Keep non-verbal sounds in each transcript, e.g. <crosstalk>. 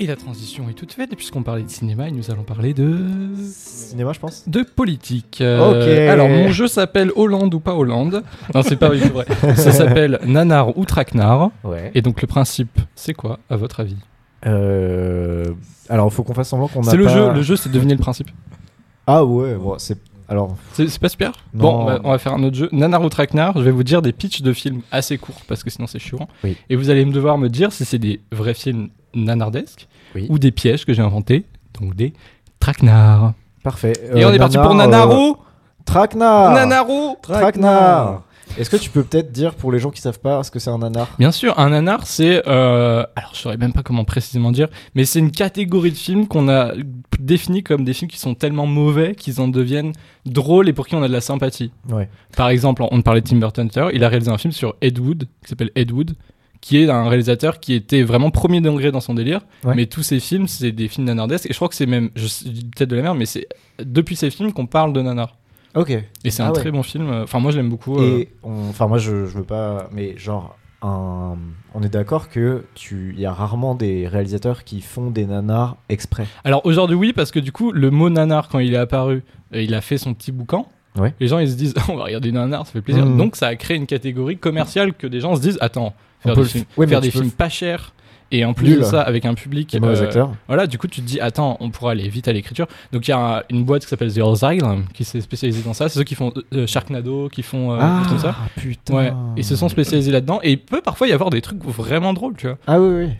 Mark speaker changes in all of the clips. Speaker 1: Et la transition est toute faite, et puisqu'on parlait de cinéma, et nous allons parler de.
Speaker 2: Cinéma, je pense.
Speaker 1: de politique. Euh,
Speaker 2: Ok.
Speaker 1: Alors, mon jeu s'appelle Hollande ou pas Hollande. Non, c'est pas du tout vrai.
Speaker 2: <laughs>
Speaker 1: Ça s'appelle Nanar ou Traquenard.
Speaker 2: Ouais.
Speaker 1: Et donc, le principe, c'est quoi, à votre avis
Speaker 2: Euh... Alors, faut qu'on fasse semblant qu'on a.
Speaker 1: C'est le
Speaker 2: pas-
Speaker 1: jeu, le jeu, c'est deviner le principe.
Speaker 2: Ah ouais, bon, c'est. Alors,
Speaker 1: C'est c'est pas super
Speaker 2: Non.
Speaker 1: Bon, bah, on va faire un autre jeu. Nanar ou Traquenard, je vais vous dire des pitchs de films assez courts, parce que sinon c'est chiant.
Speaker 2: Oui.
Speaker 1: Et vous allez me devoir me dire si c'est des vrais films nanardesques,
Speaker 2: Oui.
Speaker 1: ou des pièges que j'ai inventés, donc des traquenards.
Speaker 2: parfait.
Speaker 1: Et
Speaker 2: Euh,
Speaker 1: on est parti
Speaker 2: Nanar,
Speaker 1: pour Nanaro
Speaker 2: euh, Traquenard
Speaker 1: Nanaro
Speaker 2: Traquenard Est-ce que tu peux peut-être dire pour les gens qui savent pas ce que c'est un nanar
Speaker 1: Bien sûr, un nanar, c'est... euh, alors, je saurais même pas comment précisément dire, mais c'est une catégorie de films qu'on a définie comme des films qui sont tellement mauvais qu'ils en deviennent drôles et pour qui on a de la sympathie.
Speaker 2: Ouais.
Speaker 1: Par exemple, on parlait de Tim Burton tout à l'heure, il a réalisé un film sur Ed Wood, qui s'appelle Ed Wood, qui est un réalisateur qui était vraiment premier degré dans son délire,
Speaker 2: Ouais.
Speaker 1: mais tous ses films, c'est des films nanardesques, et je crois que c'est même, je sais- je dis peut-être de la merde, mais c'est depuis ces films qu'on parle de nanar.
Speaker 2: Ok.
Speaker 1: Et c'est
Speaker 2: Ah
Speaker 1: un
Speaker 2: ouais.
Speaker 1: très bon film, euh, enfin moi je l'aime beaucoup. euh,
Speaker 2: Et on- enfin, moi, je, je veux pas, mais genre, un- on est d'accord que tu, il y a rarement des réalisateurs qui font des nanars exprès.
Speaker 1: Alors aujourd'hui oui parce que du coup le mot nanar quand il est apparu, euh, il a fait son petit boucan.
Speaker 2: Ouais.
Speaker 1: Les gens ils se disent <laughs> on va regarder nanar, ça fait plaisir.
Speaker 2: Mm.
Speaker 1: Donc ça a créé une catégorie commerciale que des gens se disent attends
Speaker 2: On
Speaker 1: faire
Speaker 2: peut
Speaker 1: des
Speaker 2: le
Speaker 1: films,
Speaker 2: f- ouais, mais
Speaker 1: faire
Speaker 2: tu
Speaker 1: des
Speaker 2: peux le
Speaker 1: films
Speaker 2: f-
Speaker 1: pas chers et en plus
Speaker 2: Nul.
Speaker 1: de ça avec un public
Speaker 2: Les mauvais
Speaker 1: euh,
Speaker 2: acteurs.
Speaker 1: voilà du coup tu te dis attends on pourra aller vite à l'écriture. Donc il y a un- une boîte qui s'appelle The Asylum qui s'est spécialisée dans ça. C'est ceux qui font euh, Sharknado, qui font euh, tout ça.
Speaker 2: Ah, putain.
Speaker 1: Ouais. Ils se sont spécialisés là-dedans et il peut parfois y avoir des trucs vraiment drôles tu vois.
Speaker 2: Ah oui, oui.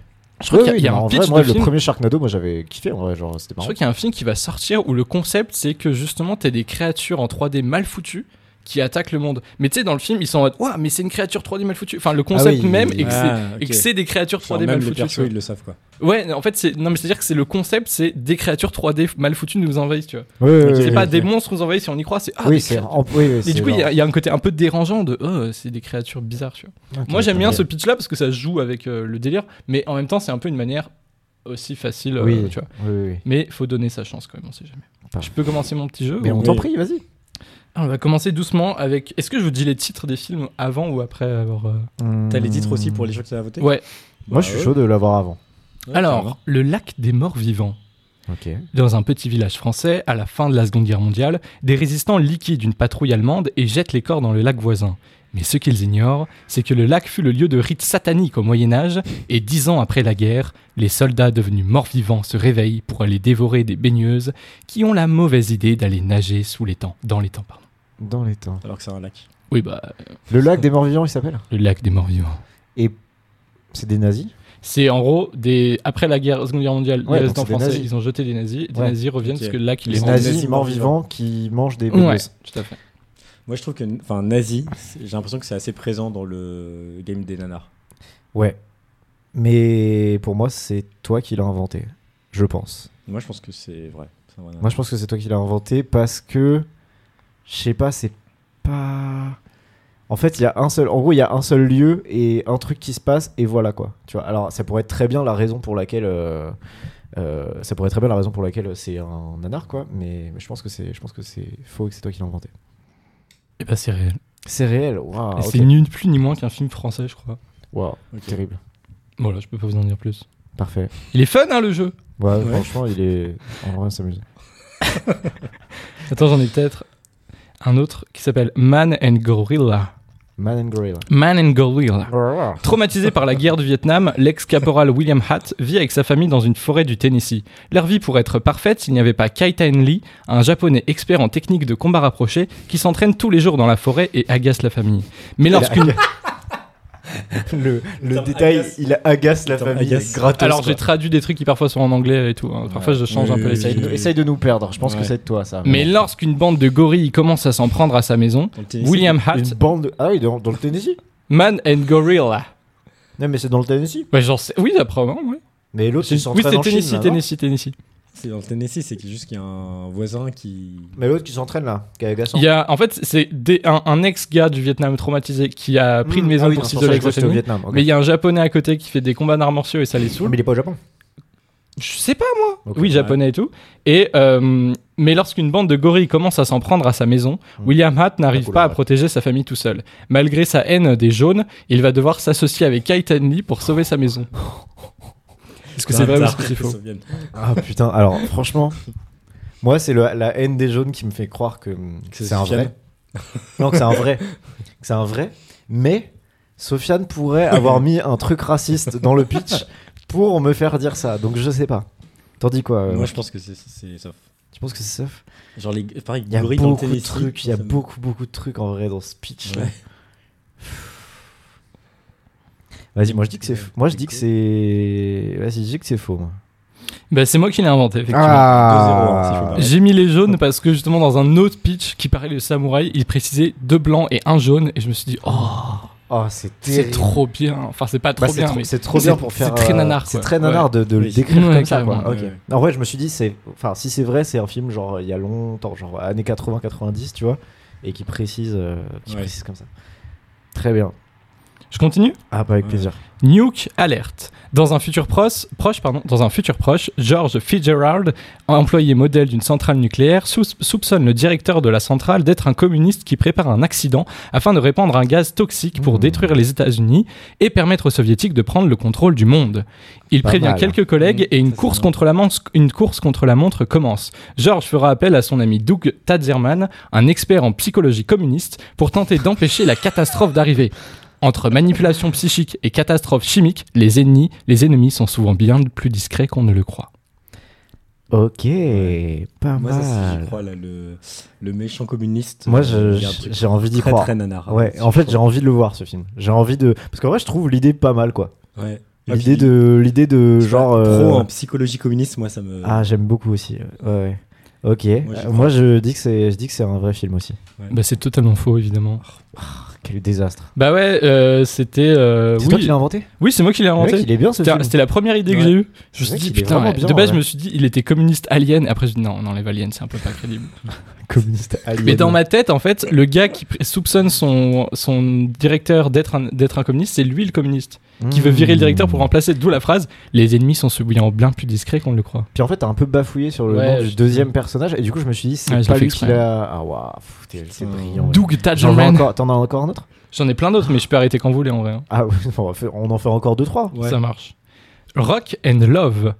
Speaker 1: Je trouve qu'il y
Speaker 2: Oui,
Speaker 1: a-
Speaker 2: oui,
Speaker 1: il y a
Speaker 2: mais
Speaker 1: un
Speaker 2: en
Speaker 1: pitch
Speaker 2: vrai,
Speaker 1: de
Speaker 2: moi, le
Speaker 1: film
Speaker 2: premier Sharknado, moi j'avais kiffé, en vrai, genre c'était
Speaker 1: Je
Speaker 2: marrant.
Speaker 1: crois qu'il y a un film qui va sortir où le concept c'est que justement t'as des créatures en 3D mal foutues qui attaquent le monde. Mais tu sais, dans le film, ils sont en mode Ouah, mais c'est une créature 3D mal foutue. Enfin, le concept
Speaker 2: Ah oui,
Speaker 1: même
Speaker 2: oui,
Speaker 1: est que c'est.
Speaker 3: Ah,
Speaker 1: et que
Speaker 3: ok.
Speaker 1: c'est des créatures
Speaker 3: Genre
Speaker 1: 3D mal
Speaker 3: même les
Speaker 1: foutues.
Speaker 3: persos,
Speaker 1: tu vois.
Speaker 3: ils le savent quoi.
Speaker 1: Ouais, en fait, c'est non, mais c'est-à-dire que c'est le concept, c'est des créatures 3D mal foutues nous envahissent, tu vois.
Speaker 2: Oui, oui,
Speaker 1: c'est
Speaker 2: oui,
Speaker 1: pas
Speaker 2: oui,
Speaker 1: des
Speaker 2: oui.
Speaker 1: monstres nous envahissent si on y croit, c'est ah,
Speaker 2: Oui,
Speaker 1: des
Speaker 2: c'est.
Speaker 1: créatures.
Speaker 2: en- oui, oui,
Speaker 1: Et
Speaker 2: c'est
Speaker 1: du coup, il y, a-
Speaker 2: genre-
Speaker 1: il y a un côté un peu dérangeant de oh, c'est des créatures bizarres, tu vois.
Speaker 2: Ok,
Speaker 1: Moi, j'aime bien
Speaker 2: ok.
Speaker 1: ce pitch-là parce que ça joue avec euh, le délire, mais en même temps, c'est un peu une manière aussi facile, euh,
Speaker 2: Oui,
Speaker 1: tu vois.
Speaker 2: oui, oui, oui.
Speaker 1: Mais faut donner sa chance quand même, on sait jamais.
Speaker 2: Parfait.
Speaker 1: Je peux commencer mon petit jeu
Speaker 2: Mais
Speaker 1: ou-
Speaker 2: on
Speaker 3: Oui.
Speaker 2: t'en prie, vas-y.
Speaker 1: Ah, On va commencer doucement avec. Est-ce que je vous dis les titres des films avant ou après avoir. euh,
Speaker 3: T'as les titres aussi pour les gens qui savent voter
Speaker 1: Bah Ouais.
Speaker 2: Moi, je suis chaud de l'avoir avant.
Speaker 1: Alors, Le lac des morts vivants.
Speaker 2: Ok.
Speaker 1: Dans un petit village français, à la fin de la Seconde Guerre mondiale, des résistants liquident une patrouille allemande et jettent les corps dans le lac voisin. Mais ce qu'ils ignorent, c'est que le lac fut le lieu de rites sataniques au Moyen Âge, et dix ans après la guerre, les soldats devenus morts-vivants se réveillent pour aller dévorer des baigneuses qui ont la mauvaise idée d'aller nager sous les temps, dans les temps. Pardon.
Speaker 2: Dans les temps.
Speaker 3: Alors que c'est un lac.
Speaker 1: Oui, bah,
Speaker 2: Le lac des morts vivants, il s'appelle
Speaker 1: le lac des morts-vivants.
Speaker 2: Et c'est des nazis
Speaker 1: C'est en gros, des... après la guerre, Seconde Guerre mondiale,
Speaker 2: Ouais,
Speaker 1: les
Speaker 2: donc
Speaker 1: résidents
Speaker 2: c'est des
Speaker 1: français,
Speaker 2: nazis.
Speaker 1: ils ont jeté des nazis. Des
Speaker 2: Ouais.
Speaker 1: nazis reviennent
Speaker 3: Ok.
Speaker 1: parce que le lac, il est
Speaker 2: Des
Speaker 3: Les
Speaker 1: rendu-
Speaker 2: nazis morts vivants qui mangent des
Speaker 1: Ouais,
Speaker 2: bébés.
Speaker 1: tout à fait.
Speaker 3: Moi, je trouve que, enfin, nazi, c'est- j'ai l'impression que c'est assez présent dans le game des nanars.
Speaker 2: Ouais. Mais pour moi, c'est toi qui l'as inventé. Je pense.
Speaker 3: Moi, je pense que c'est vrai. C'est un vrai nanar.
Speaker 2: Moi, je pense que c'est toi qui l'as inventé parce que. Je sais pas, c'est pas. En fait, il y a un seul. En gros, il y a un seul lieu et un truc qui se passe et voilà quoi. Tu vois. Alors, ça pourrait être très bien la raison pour laquelle. euh, euh, ça pourrait être très bien la raison pour laquelle c'est un nanar quoi. Mais, mais je pense que c'est. Je pense que c'est faux et que c'est toi qui l'as inventé.
Speaker 1: Et bah, c'est réel.
Speaker 2: C'est réel. Waouh.
Speaker 1: Et
Speaker 2: Ah, ok.
Speaker 1: C'est ni plus ni moins qu'un film français, je crois.
Speaker 2: Waouh.
Speaker 3: Ok.
Speaker 2: Terrible.
Speaker 1: Voilà, je peux pas vous en dire plus.
Speaker 2: Parfait.
Speaker 1: Il est fun, hein, le jeu
Speaker 2: Ouais,
Speaker 3: Ouais.
Speaker 2: Franchement, il est. En vrai, on s'amuse.
Speaker 1: Attends, j'en ai peut-être un autre qui s'appelle Man and Gorilla.
Speaker 2: Man and Gorilla.
Speaker 1: Man and Gorilla.
Speaker 2: Gorilla.
Speaker 1: Traumatisé par la guerre du Vietnam, l'ex-caporal William Hatt vit avec sa famille dans une forêt du Tennessee. Leur vie pourrait être parfaite s'il n'y avait pas Kaiten Lee, un japonais expert en technique de combat rapproché, qui s'entraîne tous les jours dans la forêt et agace la famille. Mais lorsqu'une...
Speaker 2: <laughs> le, le
Speaker 3: Putain,
Speaker 2: détail,
Speaker 3: agace.
Speaker 2: il agace la
Speaker 3: Putain,
Speaker 2: famille
Speaker 3: agace.
Speaker 2: gratos.
Speaker 1: Alors
Speaker 2: quoi.
Speaker 1: j'ai traduit des trucs qui parfois sont en anglais et tout. hein. Parfois je change
Speaker 3: Oui,
Speaker 1: un peu
Speaker 3: oui,
Speaker 1: les
Speaker 3: oui,
Speaker 1: séries.
Speaker 3: oui.
Speaker 2: Essaye de nous perdre, je pense
Speaker 3: Ouais.
Speaker 2: que c'est de toi ça.
Speaker 1: Mais lorsqu'une bande de gorilles commence à s'en prendre à sa maison,
Speaker 3: Dans le Tennessee,
Speaker 1: William
Speaker 2: Une
Speaker 1: Hatt,
Speaker 2: bande. de- Ah oui, dans, dans le Tennessee
Speaker 1: Man and Gorilla.
Speaker 2: Non, mais c'est dans le Tennessee.
Speaker 1: Ouais, j'en sais- Oui, après, oui.
Speaker 2: Mais l'autre, il
Speaker 1: Oui,
Speaker 2: s'entraîne
Speaker 1: c'est
Speaker 2: en Chine,
Speaker 1: Tennessee,
Speaker 2: là, non
Speaker 1: Tennessee, Tennessee.
Speaker 3: C'est dans le Tennessee, c'est qu'il- juste qu'il y a un voisin qui.
Speaker 2: Mais l'autre qui s'entraîne là, qui est agaçant.
Speaker 1: Il y a, en fait, c'est des- un, un ex-gars du Vietnam traumatisé qui a pris une
Speaker 2: Mmh.
Speaker 1: maison
Speaker 2: Ah oui,
Speaker 1: pour
Speaker 2: non,
Speaker 1: s'isoler
Speaker 2: je
Speaker 1: avec sa
Speaker 2: crois que c'était au
Speaker 1: famille.
Speaker 2: Vietnam. ok.
Speaker 1: Mais il y a un japonais à côté qui fait des combats d'arts mortiaux et ça les
Speaker 2: Ah,
Speaker 1: saoule.
Speaker 2: mais il est pas au Japon.
Speaker 1: Je sais pas,
Speaker 2: Ok.
Speaker 1: oui, japonais et tout. Et, euh, mais lorsqu'une bande de gorilles commence à s'en prendre à sa maison,
Speaker 2: Hmm.
Speaker 1: William Hatt n'arrive
Speaker 2: Ah, cool,
Speaker 1: pas à
Speaker 2: ouais.
Speaker 1: protéger sa famille tout seul. Malgré sa
Speaker 2: <laughs>
Speaker 1: haine des jaunes, il va devoir s'associer avec Kai Lee pour sauver sa maison. Est-ce que c'est vrai ou
Speaker 3: Hasard
Speaker 1: est-ce que c'est
Speaker 3: qu'ils
Speaker 1: faux
Speaker 3: s'en viennent.
Speaker 2: Ah putain, alors franchement, moi c'est le- la haine des jaunes qui me fait croire que mm,
Speaker 3: Que
Speaker 2: c'est
Speaker 3: c'est
Speaker 2: un vrai.
Speaker 3: Sofiane.
Speaker 2: Non, que c'est un vrai.
Speaker 3: <laughs>
Speaker 2: Que c'est un vrai. Mais Sofiane pourrait avoir mis un truc raciste dans le pitch pour me faire dire ça. Donc je sais pas. T'en dis quoi euh,
Speaker 3: Moi, je pense que c'est- c'est sauf.
Speaker 2: Tu penses que c'est sauf
Speaker 3: Genre, les... pareil,
Speaker 2: Il y a
Speaker 3: Glory dans le
Speaker 2: beaucoup de
Speaker 3: Tennessee.
Speaker 2: trucs, il y a
Speaker 3: ça me-
Speaker 2: beaucoup, beaucoup de trucs en vrai dans ce pitch. là.
Speaker 3: Ouais.
Speaker 2: Vas-y, moi je dis que c'est f- moi je dis que c'est vas-y, je dis que c'est faux. moi.
Speaker 1: Bah, c'est moi qui l'ai inventé, effectivement.
Speaker 3: Ah. 2-0, hein, si je peux parler.
Speaker 1: J'ai mis les jaunes parce que justement dans un autre pitch qui parlait de samouraï, il précisait deux blancs et un jaune et je me suis dit oh
Speaker 2: Oh, c'est
Speaker 1: c'est
Speaker 2: terrible.
Speaker 1: trop bien. Enfin c'est pas trop
Speaker 2: Bah, c'est
Speaker 1: bien
Speaker 2: trop,
Speaker 1: mais
Speaker 2: c'est trop
Speaker 1: c'est-
Speaker 2: bien pour faire.
Speaker 1: c'est très
Speaker 2: euh,
Speaker 1: nanar,
Speaker 2: C'est
Speaker 1: quoi.
Speaker 2: très nanar
Speaker 1: Ouais.
Speaker 2: de, de le
Speaker 3: Oui.
Speaker 2: décrire
Speaker 1: Ouais,
Speaker 2: comme ça. Quoi.
Speaker 1: carrément.
Speaker 2: Ok.
Speaker 3: Ouais.
Speaker 2: En vrai, je me suis dit, c'est, enfin, si c'est vrai, c'est un film genre il y a longtemps, genre années 80-90, tu vois, et qui précise, euh, qui
Speaker 3: Ouais.
Speaker 2: précise comme ça. Très bien.
Speaker 1: je continue.
Speaker 2: Ah, pas avec
Speaker 3: Ouais.
Speaker 2: plaisir.
Speaker 1: Nuke alerte. Dans un futur proche, proche pardon, dans un futur proche, George Fitzgerald, employé modèle d'une centrale nucléaire, sous- soupçonne le directeur de la centrale d'être un communiste qui prépare un accident afin de répandre un gaz toxique pour
Speaker 2: Mmh.
Speaker 1: détruire les États-Unis et permettre aux soviétiques de prendre le contrôle du monde. Il
Speaker 2: Pas
Speaker 1: prévient
Speaker 2: mal. hein.
Speaker 1: quelques collègues
Speaker 3: Mmh,
Speaker 1: et une
Speaker 3: ça, c'est
Speaker 1: course
Speaker 3: bien.
Speaker 1: contre la montre, une course contre la montre commence. George fera appel à son ami Doug Tadzerman, un expert en psychologie communiste, pour tenter d'empêcher la catastrophe d'arriver. Entre manipulation psychique et catastrophe chimique, les ennemis, les ennemis sont souvent bien plus discrets qu'on ne le croit.
Speaker 2: Ok, pas
Speaker 3: Moi, ça, c'est-
Speaker 2: mal.
Speaker 3: j'y crois, là, le, le méchant communiste.
Speaker 2: Moi,
Speaker 3: euh,
Speaker 2: je-
Speaker 3: il y a un truc
Speaker 2: j'ai envie d'y
Speaker 3: très,
Speaker 2: croire.
Speaker 3: Très nanar.
Speaker 2: ouais, en fait, j'ai envie de le voir ce film. J'ai envie de, parce qu'en vrai, je trouve l'idée pas mal, quoi.
Speaker 3: Ouais.
Speaker 2: L'idée de, l'idée de genre. euh,
Speaker 3: Pro en psychologie communiste, moi, ça me.
Speaker 2: Ah, j'aime beaucoup aussi. Ouais. ouais. Ok.
Speaker 3: Moi, j'y
Speaker 2: Euh,
Speaker 3: crois.
Speaker 2: Moi, je dis que c'est, je dis que c'est un vrai film aussi.
Speaker 1: Bah, c'est totalement faux, évidemment.
Speaker 2: Quel désastre.
Speaker 1: Bah ouais, euh, c'était... euh,
Speaker 2: C'est toi qui
Speaker 1: oui,
Speaker 2: l'as inventé.
Speaker 1: oui c'est moi qui l'ai
Speaker 2: Le mec,
Speaker 1: inventé.
Speaker 2: il est bien ce
Speaker 1: C'était
Speaker 2: film.
Speaker 1: c'était la première idée que
Speaker 3: Ouais.
Speaker 1: j'ai eue.
Speaker 2: Le
Speaker 1: Je me suis
Speaker 2: mec,
Speaker 1: dit,
Speaker 2: il est
Speaker 1: putain,
Speaker 2: vraiment
Speaker 1: de
Speaker 2: bien,
Speaker 1: base,
Speaker 2: ouais.
Speaker 1: je me suis dit, il était communiste alien. Après, je dis, non, on enlève alien, c'est un peu pas crédible.
Speaker 2: communiste alien.
Speaker 1: Mais dans ma tête, en fait, le gars qui pr- soupçonne son, son directeur d'être un, d'être un communiste, c'est lui le communiste, qui veut
Speaker 2: Hmm.
Speaker 1: virer le directeur pour remplacer, d'où la phrase Les ennemis sont souvent bien plus discrets qu'on ne le croit.
Speaker 2: Puis en fait, t'as un peu bafouillé sur le
Speaker 1: Ouais,
Speaker 2: nom
Speaker 1: je
Speaker 2: du
Speaker 1: sais.
Speaker 2: deuxième personnage, et du coup, je me suis dit, c'est
Speaker 1: Ouais, je l'ai
Speaker 2: pas
Speaker 1: fait
Speaker 2: lui qui
Speaker 1: exprès.
Speaker 2: l'a. Ah, waouh, pff, t'es- c'est
Speaker 3: Putain.
Speaker 2: brillant. ouais.
Speaker 1: Doug
Speaker 2: J'en ai
Speaker 1: Tadgerman.
Speaker 2: encore- T'en as encore un autre
Speaker 1: J'en ai plein d'autres, mais je peux arrêter quand vous voulez en vrai. hein.
Speaker 2: Ah, <laughs> oui, on va faire- on en fait encore deux, trois.
Speaker 3: Ouais.
Speaker 1: Ça marche. Rock and Love.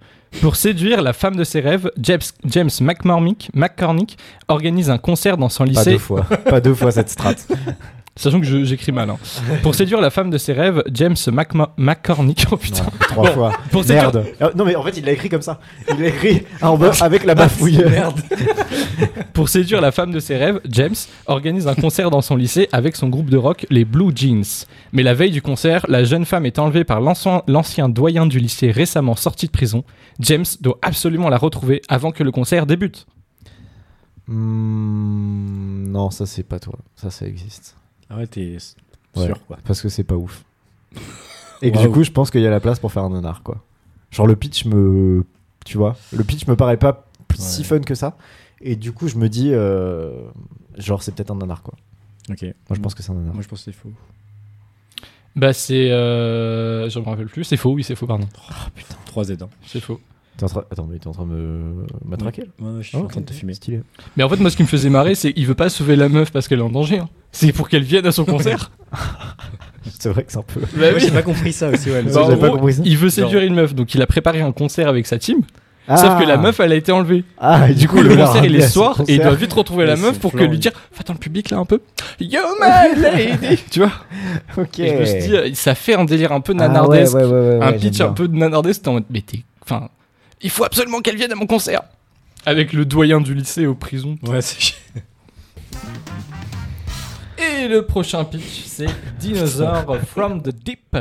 Speaker 1: Pour séduire la femme de ses rêves, James, James McCormick, McCormick organise un concert dans son
Speaker 2: Pas
Speaker 1: lycée
Speaker 2: deux fois. Pas deux fois
Speaker 1: <laughs>
Speaker 2: cette strat.
Speaker 1: Sachant que je- j'écris mal. hein.
Speaker 2: <laughs>
Speaker 1: Pour séduire la femme de ses rêves, James McMa- McCormick. Oh putain.
Speaker 2: Non, trois
Speaker 1: Bon,
Speaker 2: fois.
Speaker 1: Pour séduire-
Speaker 2: Merde. Ah, Non, mais en fait, il l'a écrit comme ça. Il l'a écrit en bas avec la
Speaker 1: <laughs>
Speaker 2: bafouille.
Speaker 3: Merde.
Speaker 1: Pour séduire la femme de ses rêves, James organise un concert dans son lycée avec son groupe de rock, les Blue Jeans. Mais la veille du concert, la jeune femme est enlevée par l'ancien l'ancien doyen du lycée récemment sorti de prison. James doit absolument la retrouver avant que le concert débute.
Speaker 2: Hmm, non, ça, c'est pas toi. Ça, ça existe.
Speaker 3: Ah ouais, t'es s-
Speaker 2: Ouais.
Speaker 3: sûr, quoi.
Speaker 2: Parce que c'est pas
Speaker 1: <laughs>
Speaker 2: ouf. Et que du
Speaker 3: Waouh.
Speaker 2: coup, je pense qu'il y a la place pour faire un nanar, quoi. Genre, le pitch me. Tu vois Le pitch me paraît pas p- si
Speaker 3: Ouais.
Speaker 2: fun que ça. Et du coup, je me dis. euh, genre, c'est peut-être un nanar, quoi.
Speaker 3: Ok.
Speaker 2: Moi, je pense que c'est un nanar.
Speaker 3: Moi, je pense que c'est faux.
Speaker 1: Bah c'est... Euh... Je me rappelle plus. C'est faux, oui c'est faux, pardon.
Speaker 3: 3 Z. hein.
Speaker 1: C'est faux.
Speaker 2: T'es en train... Attends, mais t'es en train de me matraquer là
Speaker 3: Ouais, ouais, je suis
Speaker 2: Ah,
Speaker 3: en
Speaker 2: ok.
Speaker 3: train de te fumer.
Speaker 2: Stylé.
Speaker 1: Mais en fait, moi ce qui me faisait marrer, c'est qu'il veut pas sauver la meuf parce qu'elle est en danger. hein. C'est pour qu'elle vienne à son
Speaker 2: <laughs>
Speaker 1: concert.
Speaker 2: C'est vrai que c'est un peu.
Speaker 1: bah
Speaker 3: Ouais, J'ai pas compris ça aussi, ouais. le-
Speaker 1: Bah, en
Speaker 2: J'avais pas
Speaker 1: gros,
Speaker 2: compris ça.
Speaker 1: Il veut séduire une meuf, donc il a préparé un concert avec sa team. <laughs>
Speaker 2: Ah.
Speaker 1: Sauf que la meuf, elle a été enlevée.
Speaker 2: Ah, et du
Speaker 1: Du
Speaker 2: coup,
Speaker 1: coup, le
Speaker 2: nanar
Speaker 1: concert, il
Speaker 2: revient
Speaker 1: est
Speaker 2: à son
Speaker 1: soir et il
Speaker 2: concert.
Speaker 1: doit vite retrouver la
Speaker 3: Ouais,
Speaker 1: meuf
Speaker 3: c'est
Speaker 1: pour que
Speaker 3: flanc,
Speaker 1: lui
Speaker 3: il-
Speaker 1: dire Va dans le public là un peu. Yo my
Speaker 2: <laughs>
Speaker 1: lady Tu vois
Speaker 2: Ok.
Speaker 1: Et Je me suis dit, euh, ça fait un délire un peu
Speaker 2: Ah, ouais,
Speaker 1: nanardesque.
Speaker 2: ouais, ouais, ouais,
Speaker 1: un
Speaker 2: ouais,
Speaker 1: pitch
Speaker 2: j'aime
Speaker 1: un peu nanardesque. T'es en mode Mais t'es. Enfin, il faut absolument qu'elle vienne à mon concert Avec le doyen du lycée aux prisons.
Speaker 3: Ouais, c'est chiant.
Speaker 1: Et le prochain pitch, c'est Dinosaur from the Deep.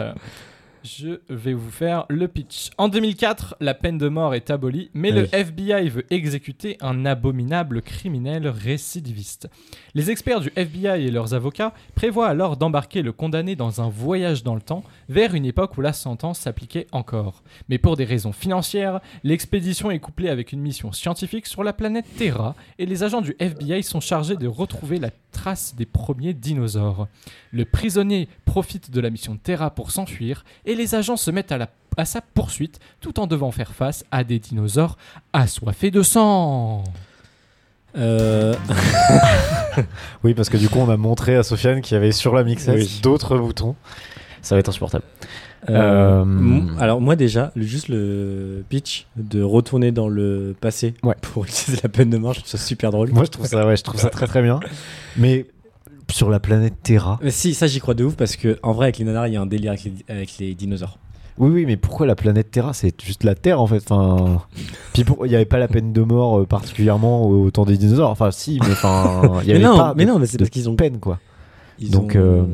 Speaker 1: Je vais vous faire le pitch. En 2004, la peine de mort est abolie, mais le
Speaker 2: Oui.
Speaker 1: FBI veut exécuter un abominable criminel récidiviste. Les experts du FBI et leurs avocats prévoient alors d'embarquer le condamné dans un voyage dans le temps vers une époque où la sentence s'appliquait encore. Mais pour des raisons financières, l'expédition est couplée avec une mission scientifique sur la planète Terra et les agents du FBI sont chargés de retrouver la trace des premiers dinosaures. Le prisonnier profite de la mission Terra pour s'enfuir et les agents se mettent à, la- à sa poursuite tout en devant faire face à des dinosaures assoiffés de sang.
Speaker 3: Euh,
Speaker 2: Oui, parce que du coup, on a montré à Sofiane qu'il y avait sur la mixette
Speaker 3: Oui.
Speaker 2: d'autres boutons.
Speaker 1: Ça va être insupportable.
Speaker 3: Euh,
Speaker 1: Euh,
Speaker 3: m- Alors moi déjà, le- juste le pitch de retourner dans le passé
Speaker 2: Ouais.
Speaker 3: pour <laughs> utiliser la peine de mort, je trouve ça super drôle.
Speaker 2: Moi, je trouve ça, ouais, je trouve ça très très bien. Mais sur la planète Terra.
Speaker 3: Mais si, ça j'y crois de ouf parce que en vrai avec les nanars il y a un délire avec les, avec les dinosaures.
Speaker 2: Oui, oui, mais pourquoi la planète Terra C'est juste la Terre en fait. Enfin, puis pour- il n'y avait pas la peine de mort euh, particulièrement au temps des dinosaures. Enfin, si, mais enfin, il y
Speaker 3: mais
Speaker 2: avait
Speaker 3: non,
Speaker 2: pas
Speaker 3: mais
Speaker 2: de
Speaker 3: non, mais c'est
Speaker 2: de
Speaker 3: parce qu'ils ont,
Speaker 2: peine quoi.
Speaker 3: ils
Speaker 2: donc,
Speaker 3: ont,
Speaker 2: euh,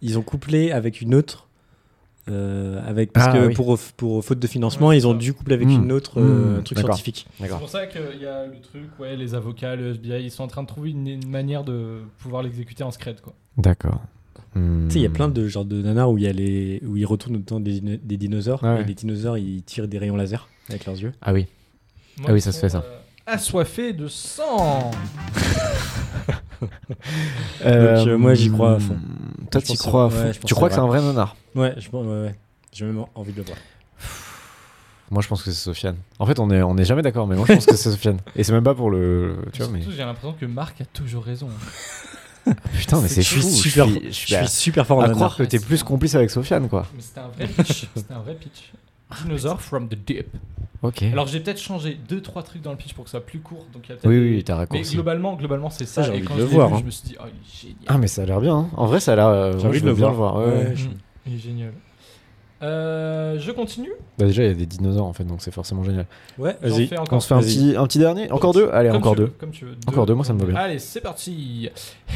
Speaker 3: ils ont couplé avec une autre. euh, avec parce
Speaker 2: Ah,
Speaker 3: que
Speaker 2: oui.
Speaker 3: pour pour faute de financement
Speaker 4: Ouais, c'est
Speaker 3: ils ont
Speaker 4: ça.
Speaker 3: dû coupler avec
Speaker 2: Mm.
Speaker 3: une autre euh,
Speaker 2: Mm,
Speaker 3: truc
Speaker 2: d'accord.
Speaker 3: scientifique
Speaker 4: C'est pour ça qu'il y a le truc, ouais, les avocats, le FBI, ils sont en train de trouver une, une manière de pouvoir l'exécuter en secret, quoi.
Speaker 2: D'accord.
Speaker 3: tu sais il y a plein de genres de nanars où il y a les où ils retournent au temps des, dino- des dinosaures
Speaker 2: Ah Ouais.
Speaker 3: et les dinosaures ils tirent des rayons laser avec leurs yeux
Speaker 1: Ah oui.
Speaker 4: Moi,
Speaker 1: Ah oui,
Speaker 4: ils
Speaker 1: ça se
Speaker 4: sont,
Speaker 1: fait, ça.
Speaker 4: euh, assoiffés de sang
Speaker 3: Donc, euh, moi, j'y crois à fond.
Speaker 2: hmm, Toi,
Speaker 3: Je
Speaker 2: tu
Speaker 3: pense que-
Speaker 2: crois à
Speaker 3: ouais,
Speaker 2: fond.
Speaker 3: je pense
Speaker 2: tu crois que
Speaker 3: que
Speaker 2: c'est
Speaker 3: c'est
Speaker 2: un vrai nanar
Speaker 3: ouais je pense- ouais, ouais. j'ai même envie de le voir
Speaker 2: Moi, je pense que c'est Sofiane. En fait, on est on est jamais d'accord, mais moi, je pense que c'est Sofiane. Et c'est même pas pour le. Tu vois, mais
Speaker 4: Surtout, j'ai l'impression que Marc a toujours raison.
Speaker 2: putain, mais c'est
Speaker 3: Je suis
Speaker 2: fou.
Speaker 3: super-
Speaker 2: je suis, je
Speaker 3: je
Speaker 2: suis
Speaker 3: suis
Speaker 2: à,
Speaker 3: super fort en
Speaker 2: à
Speaker 3: nanar.
Speaker 2: croire que t'es
Speaker 4: Ouais,
Speaker 2: plus
Speaker 4: c'est-
Speaker 2: complice avec Sofiane, quoi.
Speaker 4: Mais c'était un vrai pitch. C'était un vrai pitch. Dinosaur from the deep.
Speaker 1: Ok.
Speaker 4: Alors j'ai peut-être changé deux trois trucs dans le pitch pour que ça soit plus court, donc il y a peut-être.
Speaker 1: oui,
Speaker 4: des-
Speaker 1: oui, t'as
Speaker 4: Mais
Speaker 1: raccourci.
Speaker 4: globalement, globalement, c'est ça.
Speaker 3: Ça, j'ai
Speaker 4: Et
Speaker 3: envie
Speaker 4: quand
Speaker 3: de le
Speaker 4: je l'ai
Speaker 3: voir,
Speaker 4: vu,
Speaker 3: hein.
Speaker 4: je me suis dit, oh, il est génial.
Speaker 2: Ah, mais ça a l'air bien. hein. En vrai, ça a l'air. euh, moi,
Speaker 3: envie
Speaker 2: je
Speaker 3: de le
Speaker 2: veux bien
Speaker 3: voir.
Speaker 2: le voir. ouais, ouais.
Speaker 3: Ouais. je-
Speaker 4: Mm. Il est génial. Euh, je continue.
Speaker 2: Bah, déjà, il y a des dinosaures en fait, donc c'est forcément génial.
Speaker 3: ouais
Speaker 4: J'en
Speaker 3: vas-y
Speaker 4: fais encore.
Speaker 2: On se fait un
Speaker 3: Vas-y.
Speaker 2: petit, un petit dernier Encore deux Allez,
Speaker 4: Comme
Speaker 2: encore
Speaker 4: tu veux,
Speaker 2: deux.
Speaker 4: Comme tu veux.
Speaker 2: Encore deux, moi, ça me va bien.
Speaker 4: Allez, c'est parti.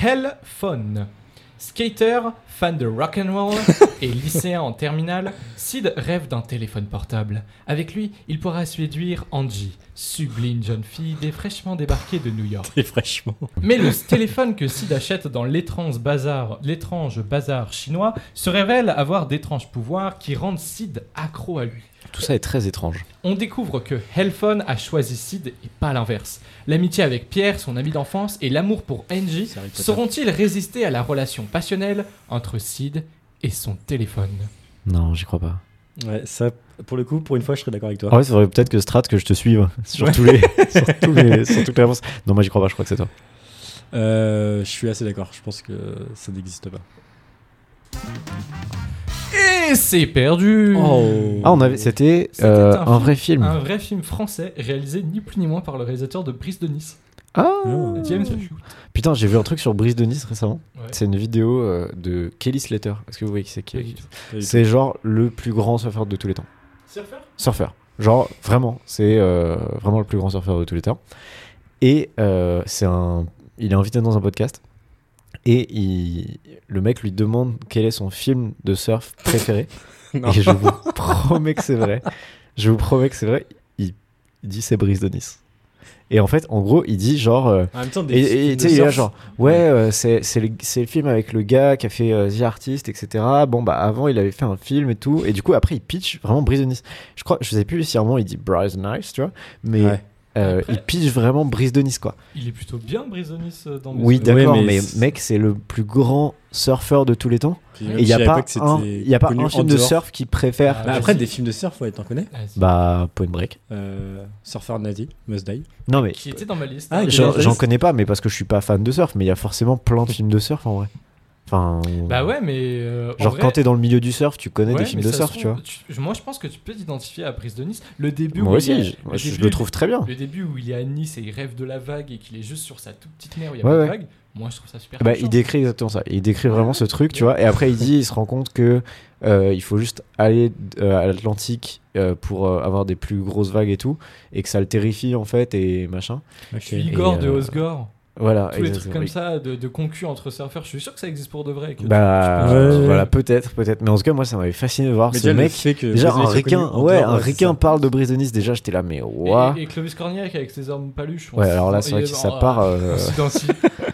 Speaker 4: Hell Phone. Skater, fan de rock'n'roll et lycéen en terminale, Sid rêve d'un téléphone portable. Avec lui, il pourra séduire Angie, sublime jeune fille des fraîchement débarqués de New York.
Speaker 3: Et fraîchement.
Speaker 4: Mais le téléphone que Sid achète dans l'étrange bazar, l'étrange bazar chinois se révèle avoir d'étranges pouvoirs qui rendent Sid accro à lui.
Speaker 1: Tout ça est très étrange.
Speaker 4: On découvre que Hellphone a choisi Sid et pas l'inverse. L'amitié avec Pierre, son ami d'enfance, et l'amour pour Angie
Speaker 3: C'est <laughs> Harry Potter.
Speaker 4: sauront-ils résister à la relation passionnelle entre Sid et son téléphone
Speaker 1: Non, j'y crois pas.
Speaker 3: Ouais, ça, pour le coup, pour une fois, je serais d'accord avec toi.
Speaker 2: En vrai, Ah faudrait peut-être que Strat que je te suive <laughs> sur, tous les, sur, tous les, sur toutes les réponses. Non, moi, j'y crois pas, je crois que c'est toi.
Speaker 3: Euh, je suis assez d'accord. Je pense que ça n'existe pas.
Speaker 4: Et c'est perdu
Speaker 2: Ah, on avait. C'était euh,
Speaker 4: C'était un
Speaker 2: un,
Speaker 4: film. Ah
Speaker 2: vrai film.
Speaker 4: Un vrai film français réalisé ni plus ni moins par le réalisateur de Brise de Nice,
Speaker 2: Ah
Speaker 3: Oh.
Speaker 4: James Shoot.
Speaker 2: Putain, j'ai vu un truc sur Brise de Nice récemment.
Speaker 4: Ouais.
Speaker 2: C'est une vidéo euh, de Kelly Slater. Est-ce que vous voyez qui c'est
Speaker 4: Pas du
Speaker 2: Kelly
Speaker 4: tout.
Speaker 2: C'est genre le plus grand surfeur de tous les temps.
Speaker 4: Surfer
Speaker 2: surfeur. Genre, vraiment, c'est euh, vraiment le plus grand surfeur de tous les temps. Et euh, c'est un, il est invité dans un podcast. Et il- le mec lui demande quel est son film de surf
Speaker 4: <laughs>
Speaker 2: préféré.
Speaker 3: Non.
Speaker 2: Et je vous promets que c'est vrai. Je vous promets que c'est vrai. Il, il dit c'est Brise de Nice. Et en fait, en gros, il dit genre. euh,
Speaker 3: En même temps, des
Speaker 2: et et,
Speaker 3: films
Speaker 2: tu
Speaker 3: de
Speaker 2: sais, il est là
Speaker 3: surf,
Speaker 2: genre, ouais, euh, c'est c'est le, c'est le film avec le gars qui a fait euh, The Artist, etc. Bon, bah avant, il avait fait un film et tout. Et du coup, après, il pitch vraiment Brise de Nice. Je crois, je sais plus si à un moment, il dit Brise de Nice, tu vois. Mais
Speaker 3: Ouais.
Speaker 2: euh,
Speaker 4: Après-
Speaker 2: il pitch vraiment Brise de Nice, quoi.
Speaker 4: Il est plutôt bien Brise de Nice euh, dans mes
Speaker 2: Oui,
Speaker 4: yeux.
Speaker 3: Ouais,
Speaker 2: d'accord,
Speaker 3: mais
Speaker 2: mais,
Speaker 3: c'est-
Speaker 2: mec, c'est le plus grand surfeur de tous les temps.
Speaker 3: Puis
Speaker 2: Et
Speaker 3: même
Speaker 2: il n'y a
Speaker 3: si à
Speaker 2: pas
Speaker 3: l'époque, c'était
Speaker 2: un, il y a pas
Speaker 3: connu
Speaker 2: un film
Speaker 3: en
Speaker 2: de
Speaker 3: dehors.
Speaker 2: surf qui préfère.
Speaker 4: Ah,
Speaker 3: Bah, après,
Speaker 4: vas-y.
Speaker 3: des films de surf, ouais, t'en connais
Speaker 4: Vas-y.
Speaker 2: Bah, Point Break.
Speaker 3: euh, Surfeur nazi, Must Die.
Speaker 2: Non, mais.
Speaker 4: Qui était dans ma liste.
Speaker 3: Ah,
Speaker 4: hein.
Speaker 3: qui-
Speaker 2: J'en
Speaker 3: Quel
Speaker 2: j'en
Speaker 3: risque.
Speaker 2: connais pas, mais parce que je suis pas fan de surf, mais il y a forcément plein de films de surf en vrai. Enfin,
Speaker 4: Bah ouais, mais. euh, en
Speaker 2: genre
Speaker 4: vrai-
Speaker 2: quand t'es dans le milieu du surf, tu connais
Speaker 4: Ouais,
Speaker 2: des films
Speaker 4: mais
Speaker 2: de
Speaker 4: ça
Speaker 2: surf,
Speaker 4: se
Speaker 2: tu vois.
Speaker 4: trouve, moi, je pense que tu peux t'identifier à Brise de Nice. Le début
Speaker 2: Moi
Speaker 4: où
Speaker 2: aussi,
Speaker 4: il est-
Speaker 2: je, moi,
Speaker 4: le
Speaker 2: je- je
Speaker 4: début-
Speaker 2: le trouve très bien.
Speaker 4: Le début où il est à Nice et il rêve de la vague et qu'il est juste sur sa toute petite mer où il y a
Speaker 2: Ouais,
Speaker 4: pas
Speaker 2: ouais.
Speaker 4: de vague, moi je trouve ça super.
Speaker 2: Bah,
Speaker 4: touchant.
Speaker 2: il décrit exactement ça. Il décrit vraiment ce truc, tu
Speaker 4: <laughs>
Speaker 2: vois. Et après, il dit, il se rend compte que euh, il faut juste aller euh, à l'Atlantique euh, pour euh, avoir des plus grosses vagues et tout, et que ça le terrifie en fait et machin.
Speaker 4: Je suis
Speaker 3: Ok.
Speaker 4: Igor
Speaker 2: Et,
Speaker 4: de
Speaker 2: euh,
Speaker 4: Osgore.
Speaker 2: Voilà.
Speaker 4: Tous les trucs
Speaker 2: exactement.
Speaker 4: comme ça de, de concu entre surfeurs, je suis sûr que ça existe pour de vrai. que tu-
Speaker 2: Bah
Speaker 3: Ouais, ouais, ouais.
Speaker 2: voilà, peut-être, peut-être. Mais en tout cas, moi, ça m'avait fasciné de voir
Speaker 3: Mais
Speaker 2: ce
Speaker 3: déjà, le
Speaker 2: mec.
Speaker 3: fait que
Speaker 2: Déjà,
Speaker 3: Brise de
Speaker 2: un
Speaker 3: Nice soit
Speaker 2: requin,
Speaker 3: connu en
Speaker 2: ouais,
Speaker 3: dehors,
Speaker 2: un
Speaker 3: c'est
Speaker 2: requin
Speaker 3: ça.
Speaker 2: parle de Brise de Nice. Déjà, j'étais là, mais
Speaker 4: Et,
Speaker 2: ouah.
Speaker 4: et- et Clovis Cornillac avec ses armes paluches. on
Speaker 2: Ouais,
Speaker 4: se
Speaker 2: alors là,
Speaker 4: sent-
Speaker 2: c'est vrai
Speaker 4: et-
Speaker 2: que si ça
Speaker 4: oh,
Speaker 2: part. euh,
Speaker 4: on se
Speaker 2: <laughs>
Speaker 4: dans- si-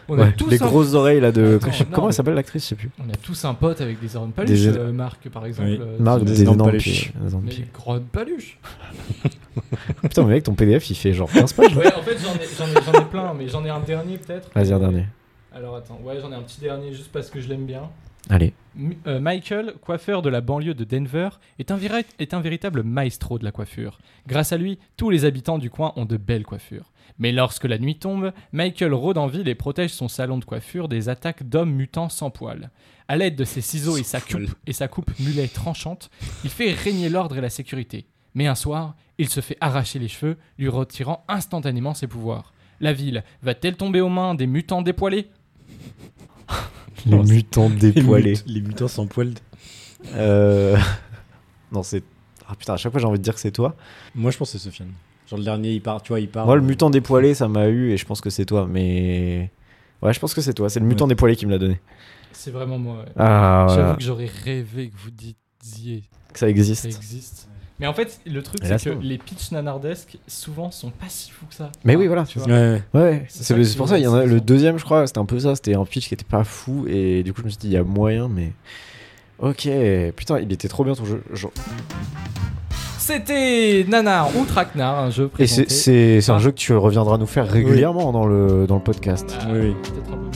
Speaker 4: On a
Speaker 2: ouais,
Speaker 4: tous
Speaker 2: les
Speaker 4: un-
Speaker 2: grosses oreilles là de.
Speaker 4: Attends, non,
Speaker 2: <laughs> Comment
Speaker 4: mais-
Speaker 2: elle s'appelle l'actrice Je sais plus.
Speaker 4: On a tous un pote avec des armes paluches,
Speaker 2: Des-
Speaker 4: euh, Marc par exemple.
Speaker 3: Oui.
Speaker 4: euh,
Speaker 2: Marc,
Speaker 4: qui-
Speaker 2: des,
Speaker 3: des énormes
Speaker 2: énormes
Speaker 3: paluches.
Speaker 2: pieds, des énormes
Speaker 4: Mais
Speaker 2: pieds.
Speaker 4: grande paluche
Speaker 2: <laughs> Putain, mais mec, ton PDF il fait genre 15 pages. <laughs>
Speaker 4: Ouais, en fait, j'en ai, j'en ai- j'en ai plein, mais j'en ai un dernier peut-être.
Speaker 2: Vas-y, un dernier.
Speaker 4: Alors attends, ouais, j'en ai un petit dernier juste parce que je l'aime bien.
Speaker 5: Allez.
Speaker 4: M- euh, Michael, coiffeur de la banlieue de Denver, est un, vira- est un véritable maestro de la coiffure. Grâce à lui, tous les habitants du coin ont de belles coiffures. Mais lorsque la nuit tombe, Michael rôde en ville et protège son salon de coiffure des attaques d'hommes mutants sans poils. À l'aide de ses ciseaux et sa coupe, et sa coupe mulet tranchante, il fait régner l'ordre et la sécurité. Mais un soir, il se fait arracher les cheveux, lui retirant instantanément ses pouvoirs. La ville va-t-elle tomber aux mains des mutants dépoilés
Speaker 2: Les
Speaker 3: Non,
Speaker 2: <laughs>
Speaker 3: c'est-
Speaker 2: mutants dépoilés.
Speaker 3: mut- les mutants sans poils.
Speaker 2: Euh, non, c'est. Ah putain, à chaque fois j'ai envie de dire que c'est toi.
Speaker 3: Moi, je pense que c'est Sofiane. Genre le dernier, il part, tu vois, il part.
Speaker 2: Moi, le
Speaker 3: euh,
Speaker 2: mutant dépoilé, ça m'a eu et je pense que c'est toi, mais. Ouais, je pense que c'est toi. C'est le mutant dépoilé qui me l'a donné.
Speaker 4: C'est vraiment moi. ouais.
Speaker 2: Ah,
Speaker 4: J'avoue que j'aurais rêvé que vous disiez
Speaker 2: que ça
Speaker 4: ça
Speaker 2: existe.
Speaker 4: existe. Mais en fait, le truc,
Speaker 2: Et là,
Speaker 4: c'est que
Speaker 2: c'est bon.
Speaker 4: les pitchs nanardesques, souvent, sont pas si fous que ça.
Speaker 2: Mais oui, voilà.
Speaker 4: Tu vois.
Speaker 3: Ouais, ouais.
Speaker 2: Ouais,
Speaker 4: C'est
Speaker 2: c'est
Speaker 4: ça
Speaker 2: c'est
Speaker 4: qui
Speaker 2: pour ça. Il y en a
Speaker 4: est
Speaker 2: le
Speaker 4: intéressant.
Speaker 2: deuxième, je crois, c'était un peu ça. C'était un pitch qui était pas fou et du coup, je me suis dit, il y a moyen, mais. Ok, putain, il était trop bien ton jeu. Genre-
Speaker 4: C'était Nanar ou Traquenard, un jeu
Speaker 2: Et
Speaker 4: présenté.
Speaker 2: c'est- c'est c'est un
Speaker 4: Ah.
Speaker 2: jeu que tu reviendras nous faire régulièrement dans, le, dans le podcast.
Speaker 4: Bah,
Speaker 3: Oui, oui.
Speaker 4: peut-être un peu.